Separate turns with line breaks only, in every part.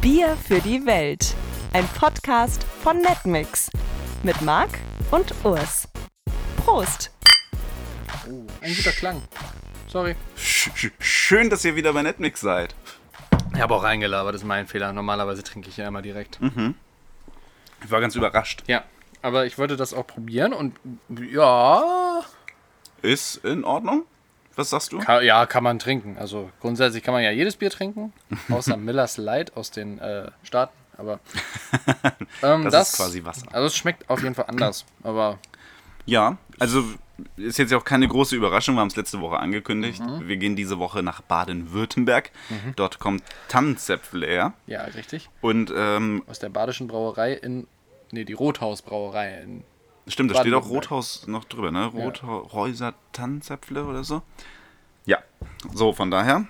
Bier für die Welt. Ein Podcast von Netmix. Mit Marc und Urs. Prost!
Oh, ein guter Klang. Sorry.
Sch sch- schön, dass ihr wieder bei Netmix seid.
Ich habe auch reingelabert, das ist mein Fehler. Normalerweise trinke ich ja immer direkt.
Ich war ganz überrascht.
Ja, aber ich wollte das auch probieren und ja,
Ist in Ordnung? Was sagst du?
ka- ja, kann man trinken. Also grundsätzlich kann man ja jedes Bier trinken, außer Miller's Light aus den äh, Staaten. Aber ähm,
Das ist quasi Wasser.
Also es schmeckt auf jeden Fall anders. Aber
Ja, also ist jetzt ja auch keine große Überraschung. Wir haben es letzte Woche angekündigt.
Mhm.
Wir gehen diese Woche nach Baden-Württemberg. Dort kommt Tannenzäpfel her.
ja, richtig.
Und ähm,
Aus der badischen Brauerei in, nee, die Rothausbrauerei in
stimmt, da steht auch
Baden-Württemberg.
Rothaus noch drüber, ne? Rothäuser Tannenzäpfle oder so. Ja, so von daher.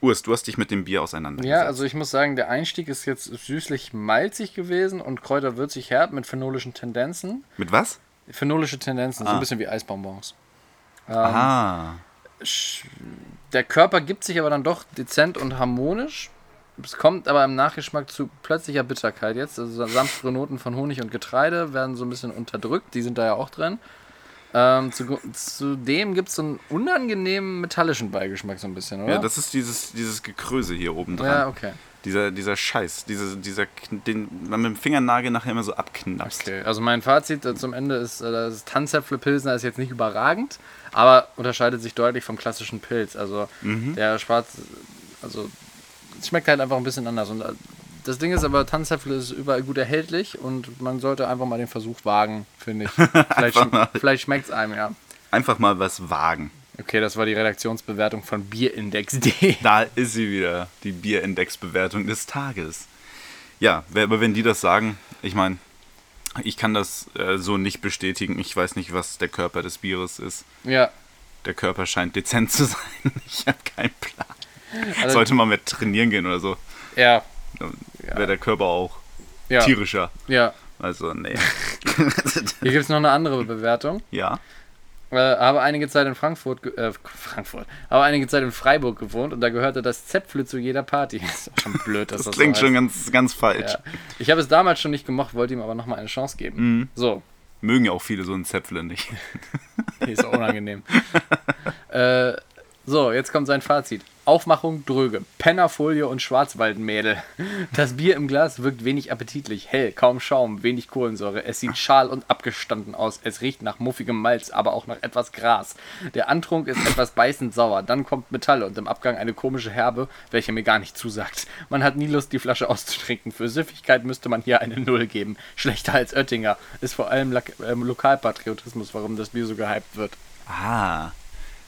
Urs, du hast dich mit dem Bier auseinandergesetzt.
Ja, also ich muss sagen, der Einstieg ist jetzt süßlich-malzig gewesen und kräuterwürzig herb mit phenolischen Tendenzen.
Mit was?
Phenolische Tendenzen, so ein bisschen wie Eisbonbons. Ähm,
Ah,
Der Körper gibt sich aber dann doch dezent und harmonisch. Es kommt aber im Nachgeschmack zu plötzlicher Bitterkeit jetzt. Also sanftere Noten von Honig und Getreide werden so ein bisschen unterdrückt, die sind da ja auch drin. Ähm, zu, zudem gibt es so einen unangenehmen metallischen Beigeschmack so ein bisschen, oder?
ja, das ist dieses, dieses Gekröse hier oben dran.
ja okay.
Dieser, dieser Scheiß, diese, dieser, Kn- den man mit dem Fingernagel nachher immer so abknapst.
Okay, also mein Fazit äh, zum Ende ist, äh, das Tanzäpfle Pilsner ist jetzt nicht überragend, aber unterscheidet sich deutlich vom klassischen Pilz. Also
Mhm.
der schwarz, also es schmeckt halt einfach ein bisschen anders. Und äh, das Ding ist aber, Tanzäpfle ist überall gut erhältlich und man sollte einfach mal den Versuch wagen, finde ich. Vielleicht,
Einfach mal.
schm- vielleicht schmeckt es einem, ja.
Einfach mal was wagen.
Okay, das war die Redaktionsbewertung von Bierindex.de.
Da ist sie wieder, die Bierindexbewertung des Tages. Ja, wer- aber wenn die das sagen, ich meine, ich kann das äh, so nicht bestätigen. Ich weiß nicht, was der Körper des Bieres ist.
Ja,
Der Körper scheint dezent zu sein. Ich habe keinen Plan.
also,
Sollte man mit trainieren gehen oder so,
ja,
dann wäre der Körper auch
ja,
tierischer.
ja.
Also, nee.
Hier gibt es noch eine andere Bewertung.
ja.
Äh, habe einige Zeit in Frankfurt, ge- äh, Frankfurt, habe einige Zeit in Freiburg gewohnt und da gehörte das Zäpfle zu jeder Party. Ist auch schon blöd, dass das,
Das klingt
so
schon
heißt.
ganz, ganz falsch.
ja. Ich habe es damals schon nicht gemocht, wollte ihm aber nochmal eine Chance geben.
Mhm.
So,
Mögen ja auch viele so einen Zäpfle nicht.
hier ist auch unangenehm. äh, so, jetzt kommt sein Fazit. Aufmachung dröge, Pennerfolie und Schwarzwaldmädel. Das Bier im Glas wirkt wenig appetitlich, hell, kaum Schaum, wenig Kohlensäure. Es sieht schal und abgestanden aus. Es riecht nach muffigem Malz, aber auch nach etwas Gras. Der Antrunk ist etwas beißend sauer. Dann kommt Metall und im Abgang eine komische Herbe, welche mir gar nicht zusagt. Man hat nie Lust, die Flasche auszutrinken. Für Süffigkeit müsste man hier eine Null geben. Schlechter als Oettinger. Ist vor allem Lak ähm, Lokalpatriotismus, warum das Bier so gehypt wird.
Ah,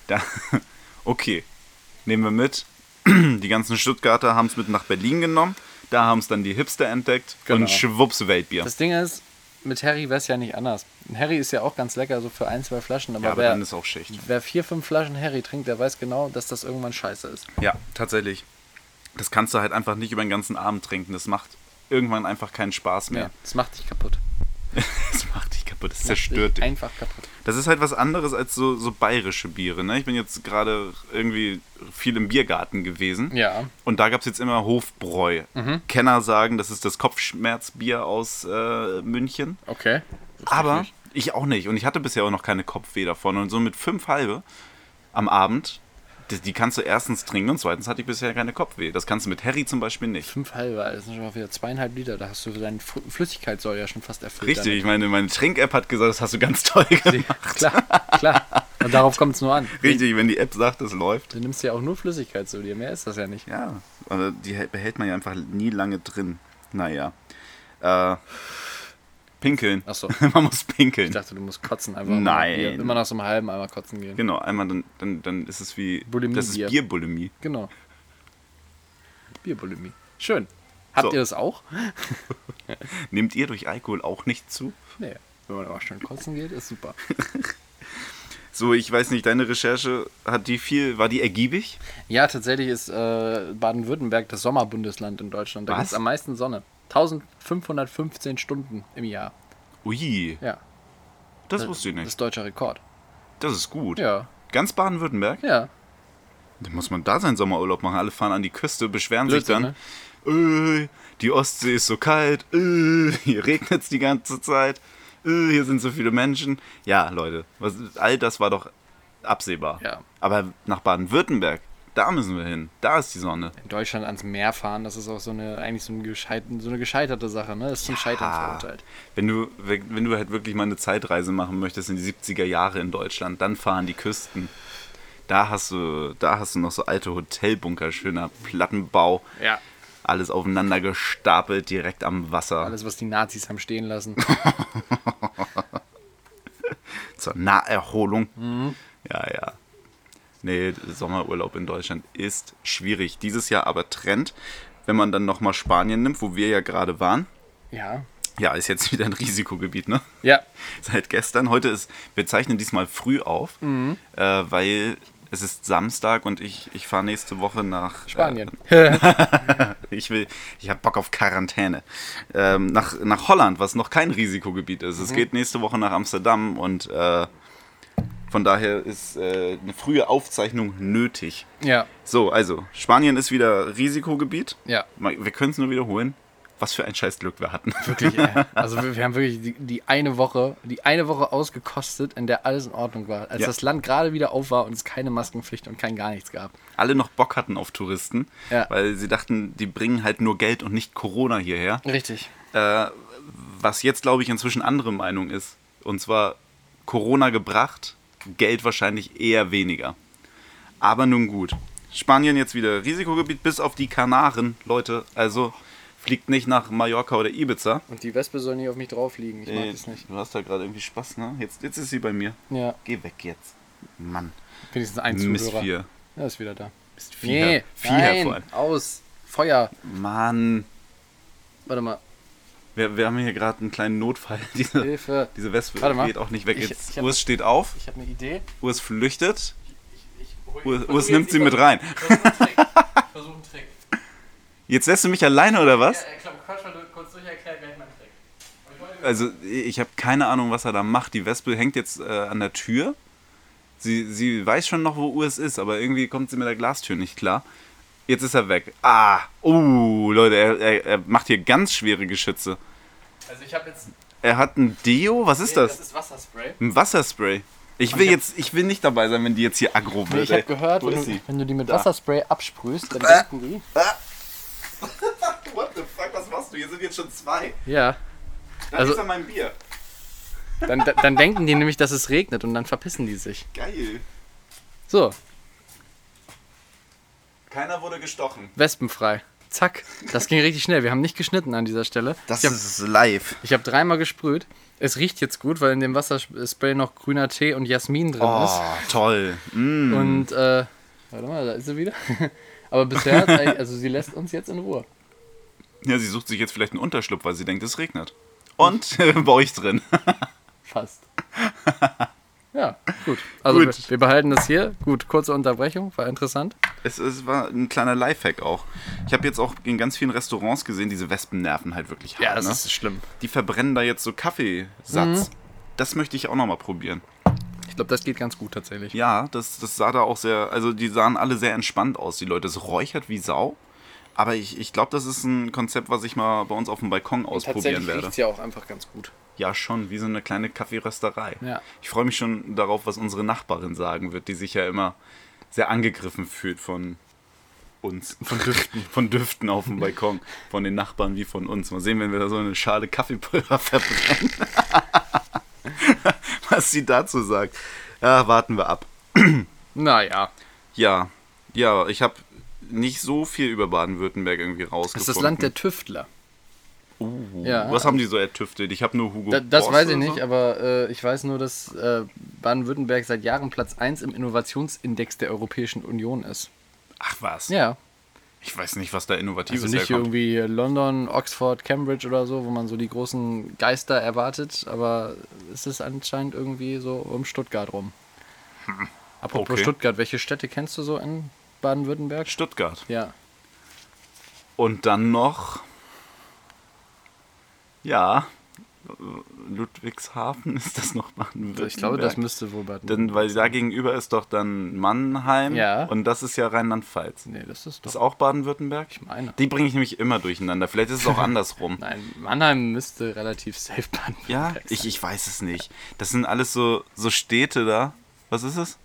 da, okay. Nehmen wir mit. Die ganzen Stuttgarter haben es mit nach Berlin genommen. Da haben es dann die Hipster entdeckt.
Genau.
Und schwupps, Weltbier.
Das Ding ist, mit Harry wäre es ja nicht anders. Ein Harry ist ja auch ganz lecker, so für ein, zwei Flaschen, aber,
ja, aber
wer,
dann ist auch Schicht.
wer vier, fünf Flaschen Harry trinkt, der weiß genau, dass das irgendwann scheiße ist.
Ja, tatsächlich. Das kannst du halt einfach nicht über den ganzen Abend trinken. Das macht irgendwann einfach keinen Spaß
Ja.
mehr.
Das macht dich kaputt.
Das macht dich kaputt. Das
Macht
zerstört
dich.
dich.
Einfach kaputt.
Das ist halt was anderes als so, so bayerische Biere. Ne? Ich bin jetzt gerade irgendwie viel im Biergarten gewesen.
Ja.
Und da gab es jetzt immer Hofbräu. Kenner sagen, das ist das Kopfschmerzbier aus äh, München.
Okay.
Aber ich auch nicht. Und ich hatte bisher auch noch keine Kopfweh davon. Und so mit fünf halbe am Abend, die, die kannst du erstens trinken und zweitens hatte ich bisher keine Kopfweh. Das kannst du mit Harry zum Beispiel nicht.
Fünf halbe, das sind schon mal wieder zweieinhalb Liter, da hast du deine Fu- Flüssigkeitssäure ja schon fast erfüllt.
Richtig, ich meine, meine Trink-App hat gesagt, das hast du ganz toll gemacht.
damit. Klar, klar. Und darauf kommt es nur an.
Richtig, wenn die App sagt, das läuft.
Du nimmst ja auch nur Flüssigkeit zu dir, mehr ist das ja nicht.
Ja, aber die hält- behält man ja einfach nie lange drin. Naja. Äh, pinkeln.
Ach so.
man muss pinkeln.
Ich dachte, du musst kotzen einfach.
Nein.
Immer, immer nach so einem halben einmal kotzen gehen.
Genau, einmal dann, dann, dann ist es wie.
Bulimie
das ist
Bier.
Bierbulimie.
Genau. Bierbulimie. Schön. Habt
So.
ihr das auch?
Nehmt ihr durch Alkohol auch nicht zu?
Nee. Wenn man aber schon kotzen geht, ist super.
So, ich weiß nicht, deine Recherche hat die viel, war die ergiebig?
Ja, tatsächlich ist äh, Baden-Württemberg das Sommerbundesland in Deutschland. Da
Was?
gibt es am meisten Sonne. 1515 Stunden im Jahr.
Ui,
Ja.
das wusste ich
Das ist
nicht.
deutscher Rekord.
Das ist gut.
Äh, Ja.
Ganz Baden-Württemberg?
Ja.
Dann muss man da seinen Sommerurlaub machen. Alle fahren an die Küste, beschweren
Blödsinn, ne?
sich dann. Äh, die Ostsee ist so kalt. Äh, hier regnet es die ganze Zeit. Äh, hier sind so viele Menschen. Ja, Leute, was, all das war doch absehbar.
Ja.
Aber nach Baden-Württemberg, da müssen wir hin. Da ist die Sonne.
In Deutschland ans Meer fahren, das ist auch so eine, eigentlich so eine, gescheiten, so eine gescheiterte Sache, ne? Das ist zum Scheitern
Ah,
verurteilt.
wenn du, wenn wenn du halt wirklich mal eine Zeitreise machen möchtest in die 70er Jahre in Deutschland, dann fahren die Küsten. Da hast du, da hast du noch so alte Hotelbunker, schöner Plattenbau.
Ja.
Alles aufeinander gestapelt, direkt am Wasser.
Alles, was die Nazis haben stehen lassen.
Zur Naherholung. Ja, ja. Nee, Sommerurlaub in Deutschland ist schwierig. Dieses Jahr aber Trend, wenn man dann nochmal Spanien nimmt, wo wir ja gerade waren.
Ja.
Ja, ist jetzt wieder ein Risikogebiet, ne?
Ja.
seit gestern. Heute ist, wir zeichnen diesmal früh auf, äh, weil es ist Samstag und ich, ich fahre nächste Woche nach
Spanien.
Äh, ich will, ich habe Bock auf Quarantäne. Ähm, nach, nach Holland, was noch kein Risikogebiet ist.
Mhm.
Es geht nächste Woche nach Amsterdam und äh, von daher ist äh, eine frühe Aufzeichnung nötig.
ja.
So, also Spanien ist wieder Risikogebiet.
Ja.
Mal- Wir können es nur wiederholen. Was für ein Scheißglück wir hatten.
Wirklich, ey. Also wir, wir haben wirklich die, die eine Woche, die eine Woche ausgekostet, in der alles in Ordnung war. Als
Ja.
das Land gerade wieder auf war und es keine Maskenpflicht und kein gar nichts gab.
alle noch Bock hatten auf Touristen,
Ja.
weil sie dachten, die bringen halt nur Geld und nicht Corona hierher.
Richtig.
Äh, was jetzt, glaube ich, inzwischen andere Meinung ist. Und zwar Corona gebracht, Geld wahrscheinlich eher weniger. Aber nun gut. Spanien jetzt wieder Risikogebiet bis auf die Kanaren, Leute. Also fliegt nicht nach Mallorca oder Ibiza.
Und die Wespe soll nicht auf mich drauf liegen. Ich mag
Äh,
das nicht.
Du hast da gerade irgendwie Spaß, ne? Jetzt, jetzt ist sie bei mir.
Ja.
Geh weg jetzt. Mann.
Wenigstens ein
Mist
Zuhörer.
vier.
Ja, ist wieder da.
Mist
Nee,
Vier vor
nein,
allem.
aus. Feuer.
Mann.
Warte mal.
Wir, wir haben hier gerade einen kleinen Notfall. Diese,
Hilfe.
diese Wespe
Warte mal.
geht auch nicht weg.
Ich-
Jetzt,
ich hab-
Urs steht auf,
Ich habe eine Idee.
Urs flüchtet,
Wo
Urs, Urs nimmt sie mit rein.
Versuch einen Trick.
Jetzt lässt du mich alleine oder was?
Ich glaube, Quatsch, weil du kurz durch erklär gleich meinen Trick.
Also ich habe keine Ahnung, was er da macht. Die Wespe hängt jetzt äh, an der Tür. Sie, sie weiß schon noch, wo Urs ist, aber irgendwie kommt sie mit der Glastür nicht klar. Jetzt ist er weg. Ah, oh, Leute, er, er, er macht hier ganz schwere Geschütze.
Also ich habe jetzt.
Er hat ein Deo, was ist das?
ist Wasserspray.
Ein Wasserspray. Ich will jetzt, ich will nicht dabei sein, wenn die jetzt hier aggro wird.
Ich habe
ey.
gehört,
Wo
wenn
ist
du,
sie?
wenn du die mit
Da.
Wasserspray absprühst, dann wirken die.
What the fuck, was machst du? Hier sind jetzt schon zwei.
Ja.
Dann
Also-
ist an meinem Bier.
Dann, dann- dann denken die nämlich, dass es regnet und dann verpissen die sich.
Geil.
So,
Keiner wurde gestochen.
wespenfrei. Zack. Das ging richtig schnell. Wir haben nicht geschnitten an dieser Stelle.
Das
ich habe
ist live.
hab dreimal gesprüht. Es riecht jetzt gut, weil in dem Wasserspray noch grüner Tee und Jasmin drin ist.
Oh, toll. Mm.
Und, äh, warte mal, da ist sie wieder. Aber bisher, ist eigentlich- also sie lässt uns jetzt in Ruhe.
Ja, sie sucht sich jetzt vielleicht einen Unterschlupf, weil sie denkt, es regnet. Und äh, bei euch drin.
Fast. Ja, gut. Also
Gut.
Wir, wir behalten das hier. Gut, kurze Unterbrechung, war interessant.
Es, es war ein kleiner Lifehack auch. Ich habe jetzt auch in ganz vielen Restaurants gesehen, diese Wespen nerven halt wirklich hart. ne?
schlimm.
Die verbrennen da jetzt so Kaffeesatz. Das möchte ich auch nochmal probieren.
Ich glaube, das geht ganz gut tatsächlich.
Ja, das, das sah da auch sehr, also die sahen alle sehr entspannt aus, die Leute. Es räuchert wie Sau. Aber ich, ich glaube, das ist ein Konzept, was ich mal bei uns auf dem Balkon ausprobieren werde.
ja auch einfach ganz gut.
Ja, schon, wie so eine kleine Kaffeerösterei.
Ja.
Ich freue mich schon darauf, was unsere Nachbarin sagen wird, die sich ja immer sehr angegriffen fühlt von uns. Von Düften. von Düften auf dem Balkon. Von den Nachbarn wie von uns. Mal sehen, wenn wir da so eine Schale Kaffeepulver verbrennen. was sie dazu sagt. Ja, warten wir ab.
Naja,
Ja, ja, ich habe nicht so viel über Baden-Württemberg irgendwie rausgefunden.
das ist das Land der Tüftler.
Uh,
Ja.
Was haben die so ertüftelt? Ich habe nur Hugo.
Da, das
Boss
weiß ich
oder
nicht,
So.
aber äh, ich weiß nur, dass äh, Baden-Württemberg seit Jahren Platz 1 im Innovationsindex der Europäischen Union ist.
Ach was.
Ja,
Ich weiß nicht, was da Innovatives
also nicht
herkommt.
irgendwie London, Oxford, Cambridge oder so, wo man so die großen Geister erwartet, aber es ist anscheinend irgendwie so um Stuttgart rum. Apropos
Hm. okay.
Stuttgart, welche Städte kennst du so in Baden-Württemberg?
Stuttgart.
Ja,
Und dann noch. Ja, Ludwigshafen ist das noch Baden-Württemberg?
also Ich glaube, das müsste wohl Baden.
Denn, weil da gegenüber ist doch dann Mannheim
Ja.
und das ist ja Rheinland-Pfalz.
nee, das ist
Ist
doch.
auch Baden-Württemberg?
Ich meine.
Die bringe ich nämlich immer durcheinander. Vielleicht ist es auch andersrum.
Nein, Mannheim müsste relativ safe baden.
Ja, ich, ich weiß es nicht. Das sind alles so, so Städte da. Was ist es?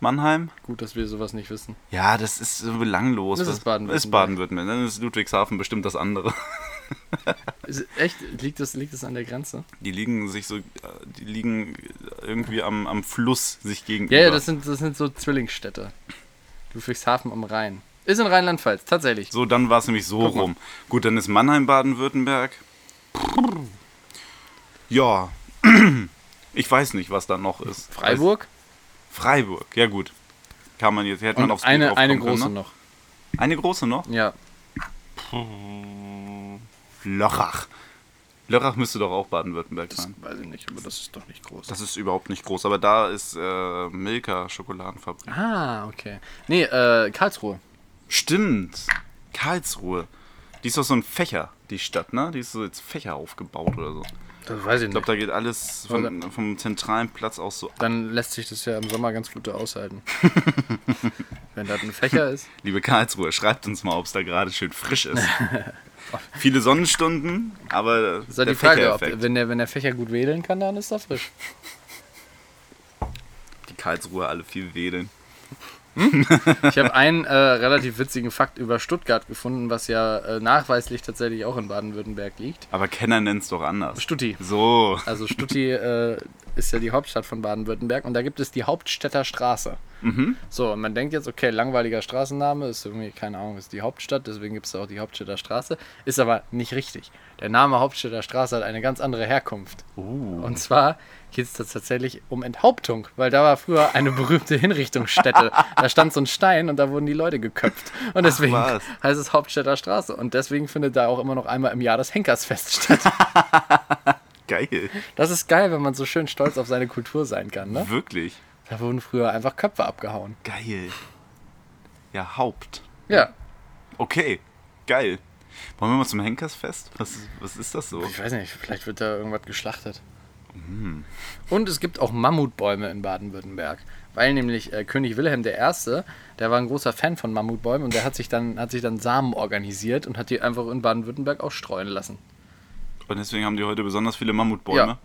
Mannheim?
Gut, dass wir sowas nicht wissen.
Ja, das ist so belanglos.
Das
Was-
ist Baden-Württemberg.
Ist Baden-Württemberg. Dann ist Ludwigshafen bestimmt das andere.
Ist, echt? Liegt das, liegt das an der Grenze?
Die liegen sich so, äh, die liegen irgendwie am, am Fluss sich gegenüber.
Ja, ja, das sind, das sind so Zwillingsstädte. Ludwigshafen am Rhein. Ist in Rheinland-Pfalz, tatsächlich.
so, dann war es nämlich so
Guck mal.
rum. Gut, dann ist Mannheim Baden-Württemberg. Ja. Ich weiß nicht, was da noch ist.
Freiburg
Freiburg, ja gut. Kann man jetzt, hätte man
und
aufs
eine,
Bier
eine
draufkommen
große
können,
noch.
ne? Eine große noch?
Ja,
Lörrach. Lörrach müsste doch auch Baden-Württemberg sein.
weiß ich nicht, aber das ist doch nicht groß.
Das ist überhaupt nicht groß, aber da ist äh, Milka Schokoladenfabrik.
ah, okay. Nee, äh, Karlsruhe.
Stimmt. Karlsruhe. Die ist doch so ein Fächer, die Stadt, ne? Die ist so jetzt Fächer aufgebaut oder so. Ich
Das weiß ich
glaube, da geht alles vom, vom zentralen Platz aus so. ab.
Dann lässt sich das ja im Sommer ganz gut da aushalten. Wenn das ein Fächer ist.
Liebe Karlsruhe, schreibt uns mal, ob es da gerade schön frisch ist. Viele Sonnenstunden, aber
Ist halt
der
die Frage, ob,
Fächereffekt.
wenn, der, wenn der Fächer gut wedeln kann, dann ist er frisch.
die Karlsruhe alle viel wedeln.
Ich habe einen äh, relativ witzigen Fakt über Stuttgart gefunden, was ja äh, nachweislich tatsächlich auch in Baden-Württemberg liegt.
Aber Kenner nennt es doch anders.
Stutti.
So.
Also Stutti äh, ist ja die Hauptstadt von Baden-Württemberg und da gibt es die Hauptstädter Straße. So, und man denkt jetzt, okay, langweiliger Straßenname, ist irgendwie, keine Ahnung, ist die Hauptstadt, deswegen gibt es auch die Hauptstädter Straße. Ist aber nicht richtig. Der Name Hauptstädter Straße hat eine ganz andere Herkunft. Und zwar geht es da tatsächlich um Enthauptung, weil da war früher eine berühmte Hinrichtungsstätte. da stand so ein Stein und da wurden die Leute geköpft. Und deswegen
was.
heißt es Hauptstädter Straße. Und deswegen findet da auch immer noch einmal im Jahr das Henkersfest statt.
Geil.
Das ist geil, wenn man so schön stolz auf seine Kultur sein kann, ne?
Wirklich.
Da wurden früher einfach Köpfe abgehauen.
Geil. Ja, Haupt.
Ja.
Okay, geil. Wollen wir mal zum Henkersfest? Was, was ist das so?
Ich weiß nicht, vielleicht wird da irgendwas geschlachtet. Mhm. Und es gibt auch Mammutbäume in Baden-Württemberg. Weil nämlich äh, König Wilhelm I., der war ein großer Fan von Mammutbäumen und der hat sich dann, hat sich dann Samen organisiert und hat die einfach in Baden-Württemberg auch streuen lassen.
Und deswegen haben die heute besonders viele Mammutbäume.
Ja.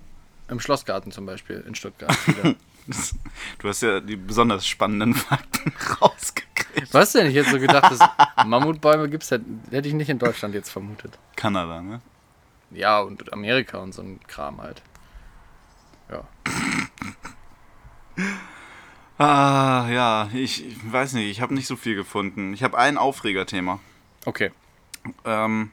Im Schlossgarten zum Beispiel in Stuttgart. Wieder.
Das, du hast ja die besonders spannenden Fakten rausgekriegt.
Was denn? Ich hätte so gedacht, dass Mammutbäume gibt es, hätte hätte ich nicht in Deutschland jetzt vermutet.
Kanada, ne?
Ja, und Amerika und so ein Kram halt. Ja.
Ah, ja, ich ich weiß nicht, ich habe nicht so viel gefunden. Ich habe ein Aufregerthema.
Okay.
Ähm,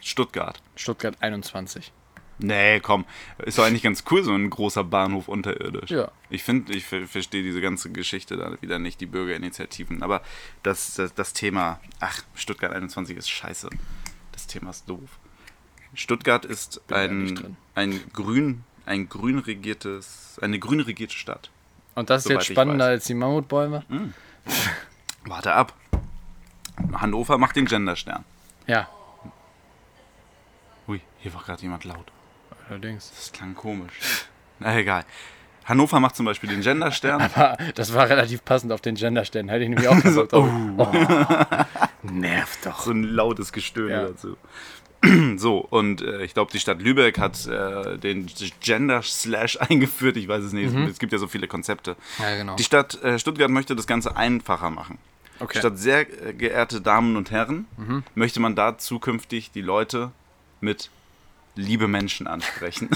Stuttgart.
Stuttgart 21.
Nee, komm. Ist doch eigentlich ganz cool, so ein großer Bahnhof unterirdisch.
Ja.
Ich finde, ich ver verstehe diese ganze Geschichte da wieder nicht, die Bürgerinitiativen. Aber das, das, das Thema, ach, Stuttgart 21 ist scheiße. Das Thema ist doof. Stuttgart ist
da nicht
ein,
drin.
ein grün, ein grün regiertes, eine grün regierte Stadt.
Und das ist
Soweit
jetzt
ich
spannender
weiß. Hm?
als die Mammutbäume?
Warte ab. Hannover macht den Genderstern.
Ja,
Hui, hier war gerade jemand laut.
allerdings.
Das klang komisch. Na egal. Hannover macht zum Beispiel den Genderstern.
Ah, Das war relativ passend auf den Genderstern, hätte ich nämlich auch gesagt. oh. Nervt doch.
so ein lautes Gestöhn
Ja.
dazu. So, und äh, ich glaube, die Stadt Lübeck hat äh, den G- Gender-Slash eingeführt. Ich weiß es nicht. Es gibt ja so viele Konzepte.
Mhm. Ja, genau.
Die Stadt äh, Stuttgart möchte das Ganze einfacher machen.
Okay. Mhm.
Statt sehr äh, geehrte Damen und Herren, möchte man da zukünftig die Leute mit liebe Menschen ansprechen.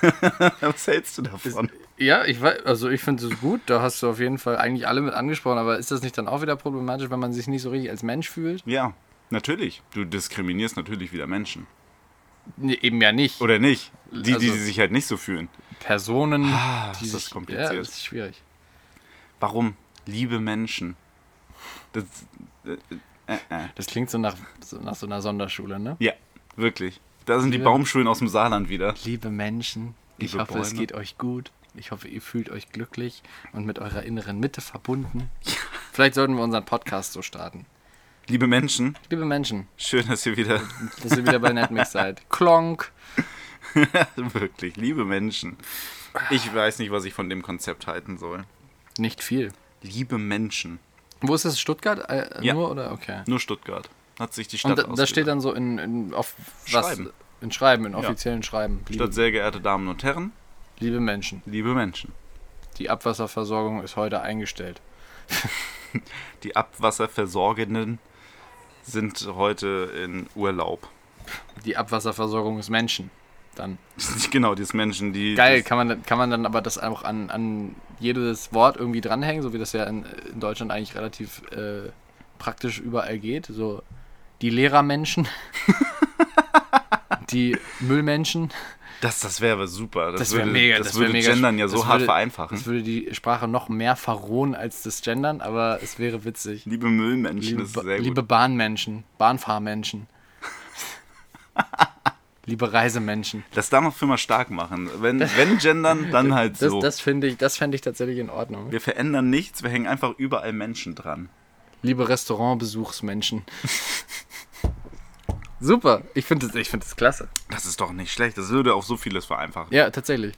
Was hältst du davon?
Ja, ich weiß, also ich finde es gut, da hast du auf jeden Fall eigentlich alle mit angesprochen, aber ist das nicht dann auch wieder problematisch, wenn man sich nicht so richtig als Mensch fühlt?
Ja, natürlich. Du diskriminierst natürlich wieder Menschen.
Nee, eben ja nicht.
Oder nicht? Die, die,
Also-
die sich halt nicht so fühlen.
Personen, ah,
ist das kompliziert.
Ja, das ist schwierig.
Warum? Liebe Menschen. Das,
Das klingt so nach so, nach so einer Sonderschule, ne?
ja, wirklich. Da sind die
Liebe-
Baumschulen aus dem Saarland wieder.
Liebe Menschen, ich
Liebe
hoffe, es
Bäume.
geht euch gut. Ich hoffe, ihr fühlt euch glücklich und mit eurer inneren Mitte verbunden. Vielleicht sollten wir unseren Podcast so starten.
Liebe Menschen,
Liebe Menschen,
schön, dass ihr wieder.
dass ihr wieder bei Netmix seid. Klonk.
Wirklich, liebe Menschen. Ich weiß nicht, was ich von dem Konzept halten soll.
Nicht viel.
Liebe Menschen.
Wo ist das? Stuttgart? Äh,
Ja.
Nur oder? Okay.
Nur Stuttgart. Hat sich die Stadt
Und da, das steht
ausgedacht.
dann so in, in auf was?
Schreiben.
In Schreiben, in offiziellen Schreiben. Liebe,
Statt sehr geehrte Damen und Herren,
liebe Menschen,
liebe Menschen.
die Abwasserversorgung ist heute eingestellt.
Die Abwasserversorgenden sind heute in Urlaub.
Die Abwasserversorgung ist Menschen. Dann.
genau, die Menschen, die.
Geil, kann man, kann man dann aber das auch an, an jedes Wort irgendwie dranhängen, so wie das ja in, in Deutschland eigentlich relativ äh, praktisch überall geht. So die Lehrermenschen, die Müllmenschen.
Das, das wäre aber super. Das,
Das wäre
würde,
mega.
Das,
Das,
würde
wär mega
Gendern ja
das
so hart
würde-
vereinfachen.
Das würde die Sprache noch mehr verrohen als das Gendern, aber es wäre witzig.
Liebe Müllmenschen,
Liebe,
das
Ba-
ist sehr gut.
liebe Bahnmenschen, Bahnfahrmenschen. liebe Reisemenschen.
Das darf man für mal stark machen. Wenn, wenn gendern, dann halt
Das,
so.
das finde ich, das fände ich tatsächlich in Ordnung.
Wir verändern nichts, wir hängen einfach überall Menschen dran.
Liebe Restaurantbesuchsmenschen. Super, ich finde das, ich find das klasse.
Das ist doch nicht schlecht. Das würde auch so vieles vereinfachen.
Ja, tatsächlich.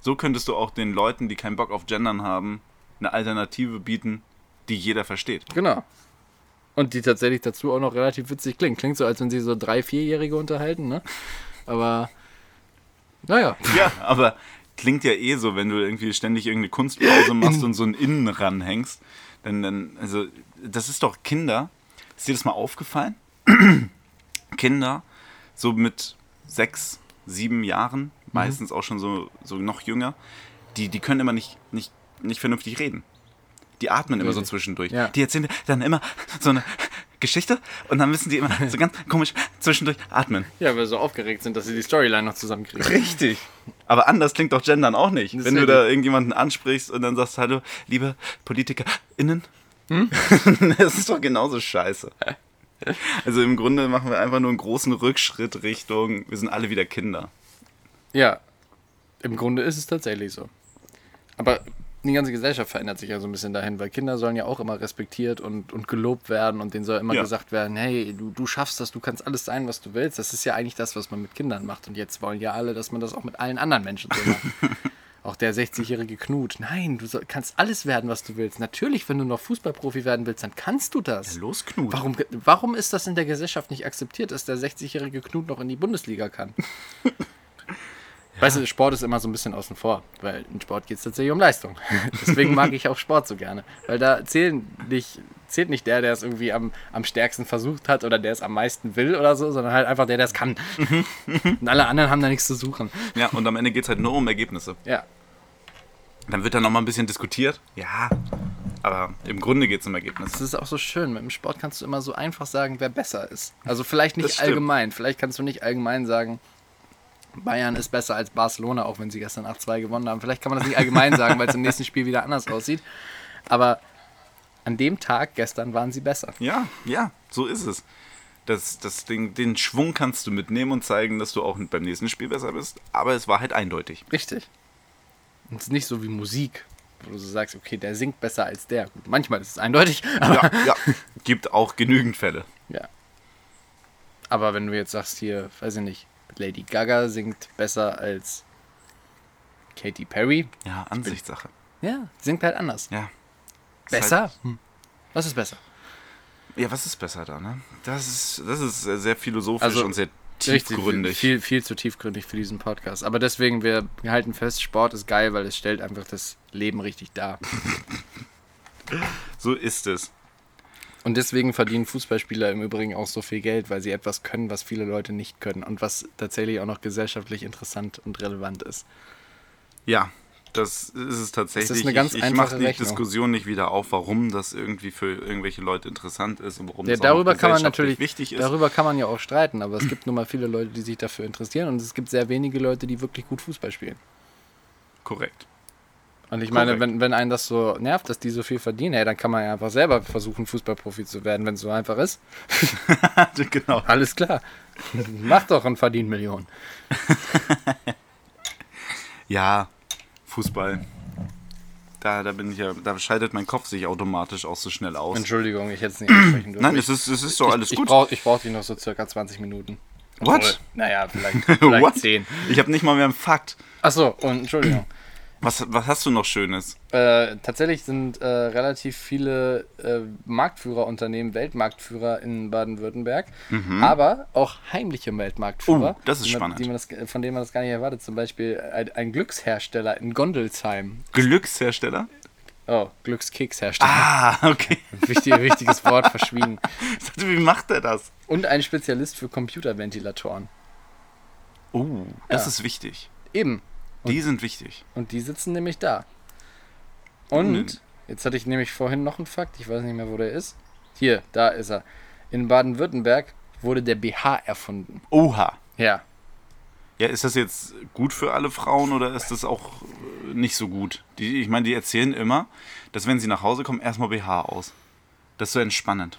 So könntest du auch den Leuten, die keinen Bock auf Gendern haben, eine Alternative bieten, die jeder versteht.
Genau. Und die tatsächlich dazu auch noch relativ witzig klingt. Klingt so, als wenn sie so drei, vierjährige unterhalten, ne? Aber naja.
Ja, aber klingt ja eh so, wenn du irgendwie ständig irgendeine Kunstpause machst und so einen Innen ranhängst. Dann, dann, also, das ist doch Kinder. Ist dir das mal aufgefallen? Kinder, so mit sechs, sieben Jahren, meistens auch schon so, so noch jünger, die, die können immer nicht, nicht, nicht vernünftig reden. Die atmen immer so
Richtig.
zwischendurch.
Ja.
Die erzählen dann immer so eine Geschichte und dann müssen die immer so ganz komisch zwischendurch atmen.
Ja, weil sie so aufgeregt sind, dass sie die Storyline noch zusammenkriegen.
Richtig. Aber anders klingt doch Gendern auch nicht.
Das
Wenn
ist
du
ja
da irgendjemanden ansprichst und dann sagst, hallo, liebe PolitikerInnen. das ist doch genauso scheiße. Also im Grunde machen wir einfach nur einen großen Rückschritt Richtung, wir sind alle wieder Kinder.
Ja, im Grunde ist es tatsächlich so. Aber die ganze Gesellschaft verändert sich ja so ein bisschen dahin, weil Kinder sollen ja auch immer respektiert und, und gelobt werden und denen soll immer
Ja.
gesagt werden, hey, du, du schaffst das, du kannst alles sein, was du willst. Das ist ja eigentlich das, was man mit Kindern macht. Und jetzt wollen ja alle, dass man das auch mit allen anderen Menschen so macht. auch der 60-jährige Knut, nein, du soll, kannst alles werden, was du willst. Natürlich, wenn du noch Fußballprofi werden willst, dann kannst du das.
Los, Knut.
Warum, warum ist das in der Gesellschaft nicht akzeptiert, dass der 60-jährige Knut noch in die Bundesliga kann? Weißt du, Sport ist immer so ein bisschen außen vor, weil in Sport geht es tatsächlich um Leistung. Deswegen mag ich auch Sport so gerne, weil da zählen nicht, zählt nicht der, der es irgendwie am, am stärksten versucht hat oder der es am meisten will oder so, sondern halt einfach der, der es kann. Und alle anderen haben da nichts zu suchen.
Ja, und am Ende geht es halt nur um Ergebnisse.
Ja,
Dann wird da nochmal ein bisschen diskutiert. Ja, aber im Grunde geht es um Ergebnisse.
Das ist auch so schön. Mit dem Sport kannst du immer so einfach sagen, wer besser ist. Also vielleicht
Das
nicht
stimmt.
allgemein. Vielleicht kannst du nicht allgemein sagen, Bayern ist besser als Barcelona, auch wenn sie gestern 8-2 gewonnen haben. Vielleicht kann man das nicht allgemein sagen, weil es im nächsten Spiel wieder anders aussieht. Aber an dem Tag gestern waren sie besser.
Ja, ja, so ist es. Das, das Ding, den Schwung kannst du mitnehmen und zeigen, dass du auch beim nächsten Spiel besser bist. Aber es war halt eindeutig.
Richtig. Und es ist nicht so wie Musik, wo du so sagst, okay, der singt besser als der. Gut, manchmal ist es eindeutig, aber
Ja, ja. Gibt auch genügend Fälle.
Ja. Aber wenn du jetzt sagst hier, weiß ich nicht, Lady Gaga singt besser als Katy Perry.
Ja, Ansichtssache.
Ja, singt halt anders.
Ja.
Besser? Hm. Was ist besser?
Ja, was ist besser da, ne? Das ist, das ist sehr philosophisch
Also,
und sehr
Richtig,
tiefgründig.
Viel, viel zu tiefgründig für diesen Podcast. Aber deswegen, wir halten fest, Sport ist geil, weil es stellt einfach das Leben richtig dar.
so ist es.
Und deswegen verdienen Fußballspieler im Übrigen auch so viel Geld, weil sie etwas können, was viele Leute nicht können und was tatsächlich auch noch gesellschaftlich interessant und relevant ist.
Ja, das ist es tatsächlich.
Das ist eine ganz
ich ich
einfache
mache die
Rechnung.
Diskussion nicht wieder auf, warum das irgendwie für irgendwelche Leute interessant ist und warum
Ja,
das auch
darüber kann man
gesellschaftlich
natürlich,
wichtig ist.
darüber kann man ja auch streiten, aber es gibt nun mal viele Leute, die sich dafür interessieren und es gibt sehr wenige Leute, die wirklich gut Fußball spielen.
Korrekt.
Und ich meine,
Korrekt.
wenn, wenn einen das so nervt, dass die so viel verdienen, hey, dann kann man ja einfach selber versuchen, Fußballprofi zu werden, wenn es so einfach ist.
genau.
Alles klar. Mach doch und verdien Millionen.
Ja, Fußball. da, da bin ich ja, da scheidet mein Kopf sich automatisch auch so schnell aus.
Entschuldigung, ich hätte es nicht ansprechen dürfen.
Nein, es ist, es ist doch alles
ich,
gut.
Ich brauche ich brauch dich noch so circa 20 Minuten.
What?
Obwohl, Naja, vielleicht, vielleicht 10.
Ich habe nicht mal mehr einen Fakt.
Achso, und Entschuldigung.
Was, was hast du noch Schönes?
Äh, tatsächlich sind äh, relativ viele äh, Marktführerunternehmen Weltmarktführer in Baden-Württemberg, aber auch heimliche Weltmarktführer,
Mhm. Oh, das ist
die man,
spannend.
Die man das, von denen man das gar nicht erwartet. Zum Beispiel ein, ein Glückshersteller in Gondelsheim.
Glückshersteller?
Oh, Glückskekshersteller.
Ah, okay.
Wichtig, wichtiges Wort verschwiegen.
Ich dachte, wie macht er das?
Und ein Spezialist für Computerventilatoren.
Oh, das ist wichtig.
Eben.
Die sind wichtig.
Und die sitzen nämlich da. Und jetzt hatte ich nämlich vorhin noch einen Fakt, ich weiß nicht mehr, wo der ist. Hier, da ist er. In Baden-Württemberg wurde der BH erfunden.
Oha.
Ja.
Ja, ist das jetzt gut für alle Frauen oder ist das auch äh, nicht so gut? Die, ich meine, die erzählen immer, dass wenn sie nach Hause kommen, erstmal BH aus. Das ist so entspannend.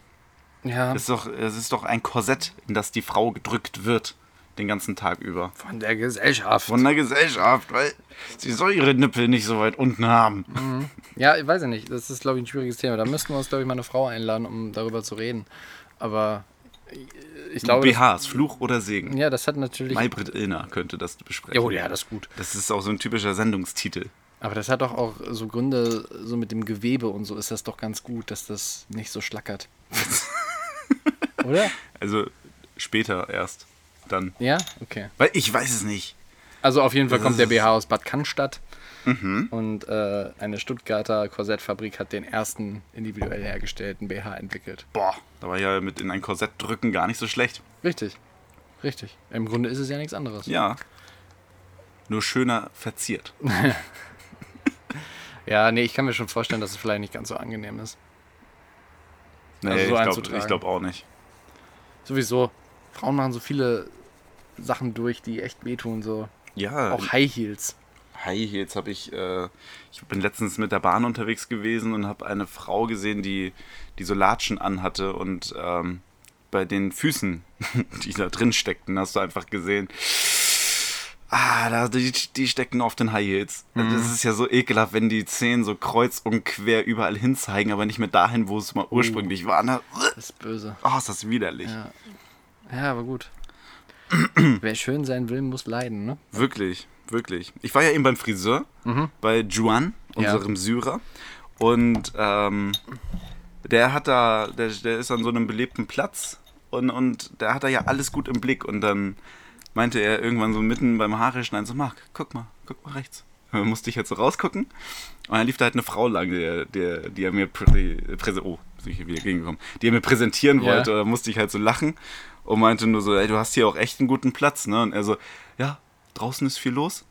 Ja.
Das ist doch, es ist doch ein Korsett, in das die Frau gedrückt wird, den ganzen Tag über.
Von der Gesellschaft.
Von der Gesellschaft, weil sie soll ihre Nippel nicht so weit unten haben.
ja, ich weiß ja nicht. Das ist, glaube ich, ein schwieriges Thema. Da müssten wir uns, glaube ich, mal eine Frau einladen, um darüber zu reden. Aber ich glaube.
BHs, Fluch oder Segen?
Das, ja, das hat natürlich.
Maybrit Illner könnte das besprechen.
Oh ja, das ist gut.
Das ist auch so ein typischer Sendungstitel.
Aber das hat doch auch so Gründe, so mit dem Gewebe und so ist das doch ganz gut, dass das nicht so schlackert. Oder?
Also später erst. Dann.
Ja, okay.
Weil ich weiß es nicht.
Also auf jeden Fall
Das
kommt der
ist-
BH aus Bad Cannstatt.
Mhm.
Und äh, eine Stuttgarter Korsettfabrik hat den ersten individuell hergestellten BH entwickelt.
Boah, da war ja mit in ein Korsett drücken gar nicht so schlecht.
Richtig. Richtig. Im Grunde ist es ja nichts anderes.
Ja. Nur schöner verziert.
Also Ja, nee, ich kann mir schon vorstellen, dass es vielleicht nicht ganz so angenehm ist.
Nee,
Also so
ich glaube
einzutragen.
glaub auch nicht.
Sowieso, Frauen machen so viele Sachen durch, die echt wehtun. So.
Ja,
Auch High Heels.
Hi, jetzt habe ich, äh, ich bin letztens mit der Bahn unterwegs gewesen und habe eine Frau gesehen, die, die so Latschen anhatte und ähm, bei den Füßen, die da drin steckten, hast du einfach gesehen. Ah, da, die, die stecken auf den High Heels. Also
Mhm.
Das ist ja so ekelhaft, wenn die Zehen so kreuz und quer überall hin zeigen, aber nicht mehr dahin, wo es mal ursprünglich war. Ne?
Das ist böse.
Oh, ist das widerlich.
Mhm. Ja. Ja, aber gut. Wer schön sein will, muss leiden, ne?
Wirklich, wirklich. Ich war ja eben beim Friseur, bei Juan,
Mhm. Ja.
unserem Syrer. Und ähm, der hat da, der, der ist an so einem belebten Platz und, und der hat da ja alles gut im Blick. Und dann meinte er irgendwann so mitten beim Haare schneiden, so Marc, guck mal, guck mal rechts. Da musste ich jetzt so rausgucken. Und dann lief da halt eine Frau lang, der, der, die er mir prä, präse, oh, bin ich hier wieder gegengekommen, die er mir präsentieren
Ja.
wollte. Da musste ich halt so lachen und meinte nur so, ey, du hast hier auch echt einen guten Platz, ne? Und er so, ja, draußen ist viel los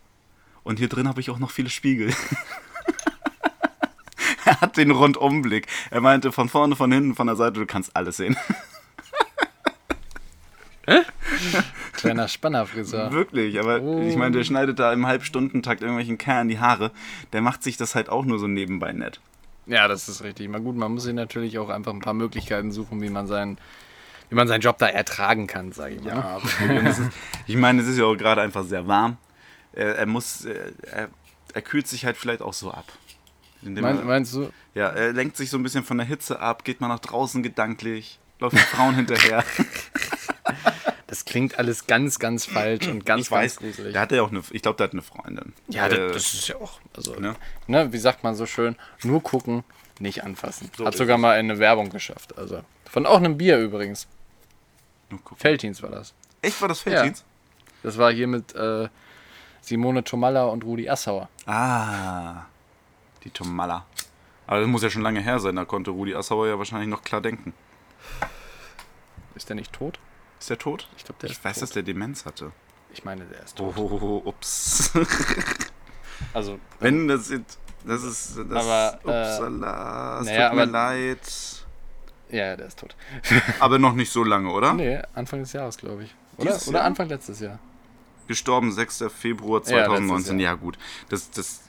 und hier drin habe ich auch noch viele Spiegel. er hat den Rundumblick. Er meinte von vorne, von hinten, von der Seite, du kannst alles sehen.
Kleiner Spannerfriseur.
Wirklich, aber ich meine,
Oh.
der schneidet da im Halbstundentakt irgendwelchen Kerlen die Haare. Der macht sich das halt auch nur so nebenbei nett.
Ja, das ist richtig. Mal gut, man muss sich natürlich auch einfach ein paar Möglichkeiten suchen, wie man seinen, wie man seinen Job da ertragen kann, sage ich mal. ne?
Und es ist, ich meine, es ist ja auch gerade einfach sehr warm. Er, er muss, er, er, er kühlt sich halt vielleicht auch so ab. Indem
Mein,
er-
meinst du?
Ja, er lenkt sich so ein bisschen von der Hitze ab, geht mal nach draußen gedanklich, läuft den Frauen hinterher.
Das klingt alles ganz, ganz falsch und ganz,
Ich weiß,
ganz gruselig.
der hat ja auch eine, ich glaube, der hat eine Freundin.
ja,
Äh,
das, das ist ja auch. Also, ne?
ne?
wie sagt man so schön, nur gucken, nicht anfassen. Hat
ist
sogar mal eine Werbung geschafft. Also. Von auch einem Bier übrigens.
nur gucken.
Felddienst war das.
Echt, war das Felddienst?
Das war hier mit äh, Simone Tomalla und Rudi Assauer.
Ah, die Tomalla. Aber das muss ja schon lange her sein, da konnte Rudi Assauer ja wahrscheinlich noch klar denken.
Ist der nicht tot?
Ist der tot?
Ich glaube, der
ich
ist
weiß,
tot.
dass der Demenz hatte.
Ich meine, der ist tot.
Oh, oh, oh, ups.
Also,
Wenn das jetzt. Das ist. Das,
Aber, äh,
upsala, es
naja,
tut mir
aber-
leid.
ja, der ist tot.
Aber noch nicht so lange, oder?
Nee, Anfang des Jahres, glaube ich. Oder,
Dieses
oder
Jahr?
Anfang letztes Ah. Jahr.
Gestorben 6. Februar
Ja, letztes
2019. Ja,
Jahr.
gut. Das. das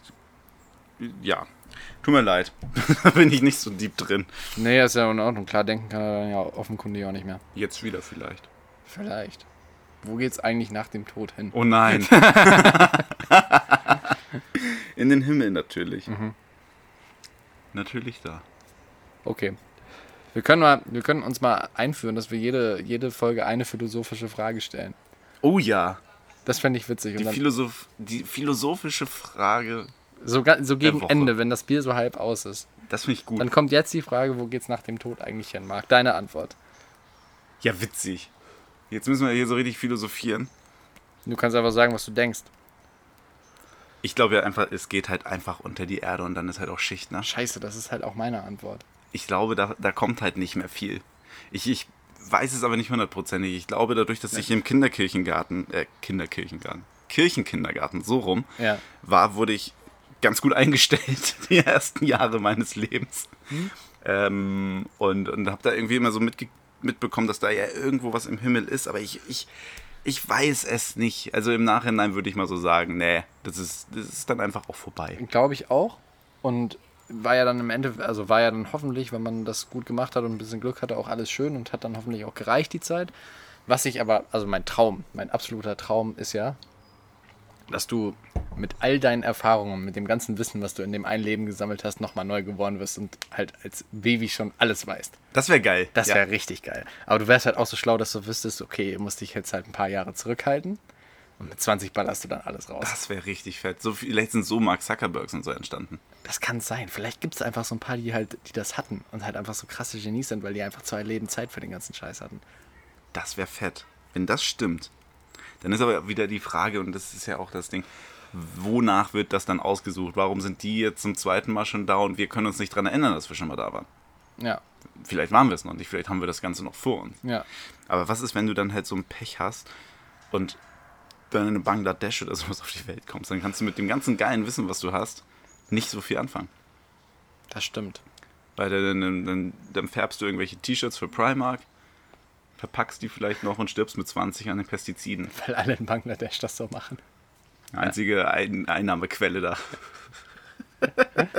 ja. Tut mir leid. da bin ich nicht so deep drin.
Nee, ist ja in Ordnung. Klar, denken kann er dann ja offenkundig auch nicht mehr.
Jetzt wieder vielleicht.
Vielleicht. Wo geht's eigentlich nach dem Tod hin?
Oh
Mhm.
nein. In den Himmel natürlich. natürlich da.
Okay. Wir können, mal, wir können uns mal einführen, dass wir jede, jede Folge eine philosophische Frage stellen.
Oh ja,
Das fände ich witzig.
die,
Und dann,
Philosoph die philosophische Frage,
so, ga- so gegen
Woche.
Ende, wenn das Bier so halb aus ist.
das finde ich gut.
Dann kommt jetzt die Frage, wo geht's nach dem Tod eigentlich hin, Marc? Deine Antwort.
ja, witzig. Jetzt müssen wir hier so richtig philosophieren.
Du kannst einfach sagen, was du denkst.
Ich glaube ja einfach, es geht halt einfach unter die Erde und dann ist halt auch Schicht, ne?
Scheiße, das ist halt auch meine Antwort.
Ich glaube, da, da kommt halt nicht mehr viel. Ich, ich weiß es aber nicht hundertprozentig. Ich glaube, dadurch, dass ich im Kinderkirchengarten, äh, Kinderkirchengarten, Kirchenkindergarten, so rum,
Ja.
war, wurde ich ganz gut eingestellt die ersten Jahre meines Lebens. Ähm, und und habe da irgendwie immer so mitge mitbekommen, dass da ja irgendwo was im Himmel ist, aber ich, ich, ich weiß es nicht. Also im Nachhinein würde ich mal so sagen, nee, das ist, das ist dann einfach auch vorbei.
Glaube ich auch. Und war ja dann im Ende, also war ja dann hoffentlich, wenn man das gut gemacht hat und ein bisschen Glück hatte, auch alles schön und hat dann hoffentlich auch gereicht die Zeit. Was ich aber, also mein Traum, mein absoluter Traum ist ja, dass du mit all deinen Erfahrungen, mit dem ganzen Wissen, was du in dem einen Leben gesammelt hast, nochmal neu geboren wirst und halt als Baby schon alles weißt.
Das wäre geil.
Das
ja.
wäre richtig geil. Aber du wärst halt auch so schlau, dass du wüsstest, okay, du musst dich jetzt halt ein paar Jahre zurückhalten und mit 20 ballerst du dann alles raus.
Das wäre richtig fett. So, vielleicht sind so Mark Zuckerbergs und so entstanden.
Das kann sein. Vielleicht gibt es einfach so ein paar, die halt, die das hatten und halt einfach so krasse Genies sind, weil die einfach zwei Leben Zeit für den ganzen Scheiß hatten.
Das wäre fett. Wenn das stimmt, dann ist aber wieder die Frage, und das ist ja auch das Ding, wonach wird das dann ausgesucht? Warum sind die jetzt zum zweiten Mal schon da und wir können uns nicht daran erinnern, dass wir schon mal da waren?
Ja,
Vielleicht waren wir es noch nicht, vielleicht haben wir das Ganze noch vor uns.
ja.
Aber was ist, wenn du dann halt so ein Pech hast und dann in Bangladesch oder sowas auf die Welt kommst? Dann kannst du mit dem ganzen geilen Wissen, was du hast, nicht so viel anfangen.
Das stimmt.
Weil dann, dann, dann, dann färbst du irgendwelche T-Shirts für Primark, verpackst die vielleicht noch und stirbst mit 20 an den Pestiziden.
Weil alle in Bangladesch das so machen.
Einzige Ein Einnahmequelle da.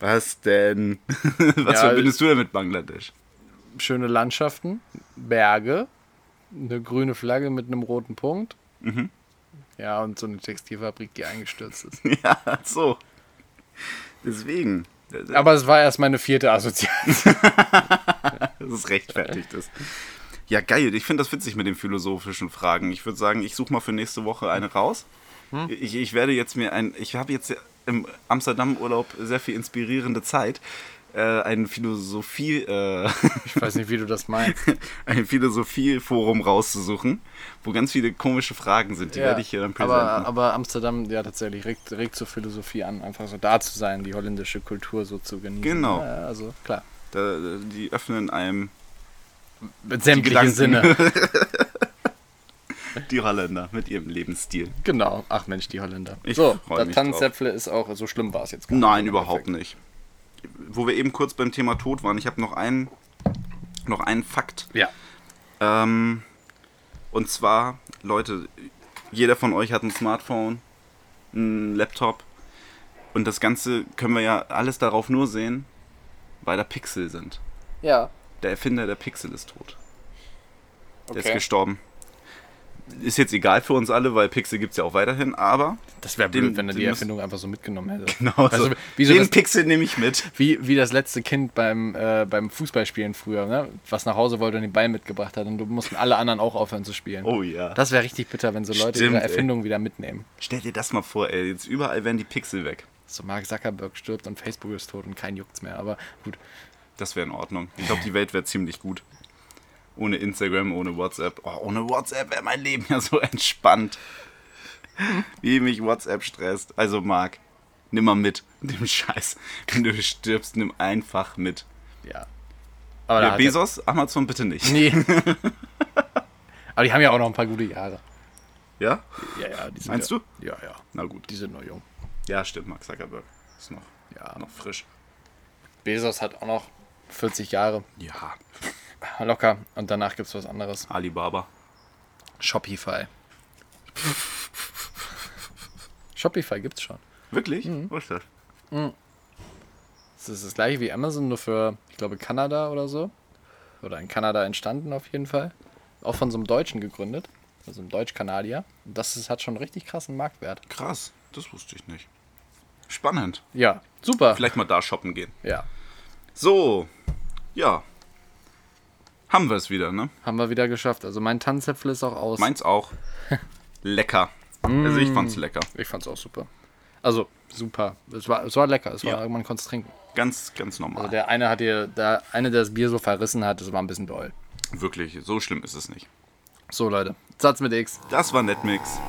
Was denn? Was
Ja,
verbindest du denn mit Bangladesch?
Schöne Landschaften, Berge, eine grüne Flagge mit einem roten Punkt. Ja, und so eine Textilfabrik, die eingestürzt ist.
Ja, so. Deswegen. Das
Aber es war erst meine vierte Assoziation.
ist rechtfertigt. Ist. Ja, geil. Ich finde das witzig mit den philosophischen Fragen. Ich würde sagen, ich suche mal für nächste Woche eine raus. Ich, ich werde jetzt mir ein. Ich habe jetzt im Amsterdam-Urlaub sehr viel inspirierende Zeit. Äh, ein Philosophie. Äh,
Ich weiß nicht, wie du das meinst.
ein Philosophieforum rauszusuchen, wo ganz viele komische Fragen sind. Die werde ich hier dann präsenten.
aber, aber Amsterdam, ja, tatsächlich regt, regt zur Philosophie an, einfach so da zu sein, die holländische Kultur so zu genießen.
Genau.
Ja, also, klar.
da, die öffnen einem
Mit
Die
sämtlichen
Gedanken.
Sinne.
die Holländer mit ihrem Lebensstil.
Genau. Ach Mensch, die Holländer.
Ich
so,
freu
der
mich
Tannenzäpfle ist auch, so schlimm war es jetzt gar
Nein,
nicht.
überhaupt nicht. Wo wir eben kurz beim Thema Tod waren, ich habe noch einen, noch einen Fakt.
Ja.
Ähm, und zwar, Leute, jeder von euch hat ein Smartphone, einen Laptop. Und das Ganze können wir ja alles darauf nur sehen, weil da Pixel sind.
Ja.
Der Erfinder der Pixel ist tot. Der ist
Okay.
gestorben. Ist jetzt egal für uns alle, weil Pixel gibt es ja auch weiterhin, aber
Das wäre
Den-
blöd, wenn du die
den müssen-
Erfindung einfach so mitgenommen hättest.
genau so.
Also, wie, so
den
das,
Pixel nehme ich mit.
wie, wie das letzte Kind beim, äh, beim Fußballspielen früher, ne? was nach Hause wollte und den Ball mitgebracht hat und du mussten alle anderen auch aufhören zu spielen.
Oh ja.
Das wäre richtig bitter, wenn so Leute
Stimmt,
ihre
ey.
Erfindung wieder mitnehmen.
Stell dir das mal vor, ey. Jetzt überall werden die Pixel weg.
So Mark Zuckerberg stirbt und Facebook ist tot und kein juckt's mehr. Aber gut,
Das wäre in Ordnung. Ich glaube, die Welt wäre ziemlich gut. Ohne Instagram, ohne WhatsApp. Oh, ohne WhatsApp wäre mein Leben ja so entspannt. Wie mich WhatsApp stresst. Also, Marc, nimm mal mit mit dem Scheiß. Wenn du stirbst, nimm einfach mit.
ja. Aber da
Ja,
hat er-
Bezos, Amazon bitte nicht.
Nee. Aber die haben ja auch noch ein paar gute Jahre.
Ja?
Ja, ja. Die sind
Meinst
ja,
du?
Ja, ja.
Na gut.
Die sind noch jung.
Ja, stimmt, Mark Zuckerberg. Ist noch,
Ja.
noch frisch.
Bezos hat auch noch 40 Jahre
Ja.
locker und danach gibt es was anderes.
Alibaba.
Shopify. Shopify gibt's schon.
Wirklich? Wo Mhm. ist das?
Das ist das gleiche wie Amazon, nur für, ich glaube, Kanada oder so. Oder in Kanada entstanden auf jeden Fall. Auch von so einem Deutschen gegründet. Also einem Deutsch-Kanadier. Und Das ist, hat schon einen richtig krassen Marktwert.
Krass. Das wusste ich nicht. Spannend.
Ja, super.
Vielleicht mal da shoppen gehen.
Ja,
So, ja. Haben wir es wieder, ne?
haben wir wieder geschafft. Also mein Tanzäpfel ist auch aus.
Meins auch. lecker. Also ich fand's lecker.
Ich fand's auch super. Also super. Es war, es war lecker. Es war,
Ja.
man konnte es trinken.
Ganz, ganz normal.
Also der eine hat dir, der eine, der das Bier so verrissen hat, das war ein bisschen doll.
Wirklich, so schlimm ist es nicht.
So Leute, Satz mit X.
Das war Netmix.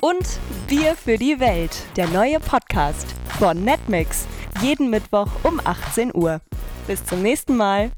Und Bier für die Welt, der neue Podcast von Netmix. Jeden Mittwoch um 18 Uhr. Bis zum nächsten Mal.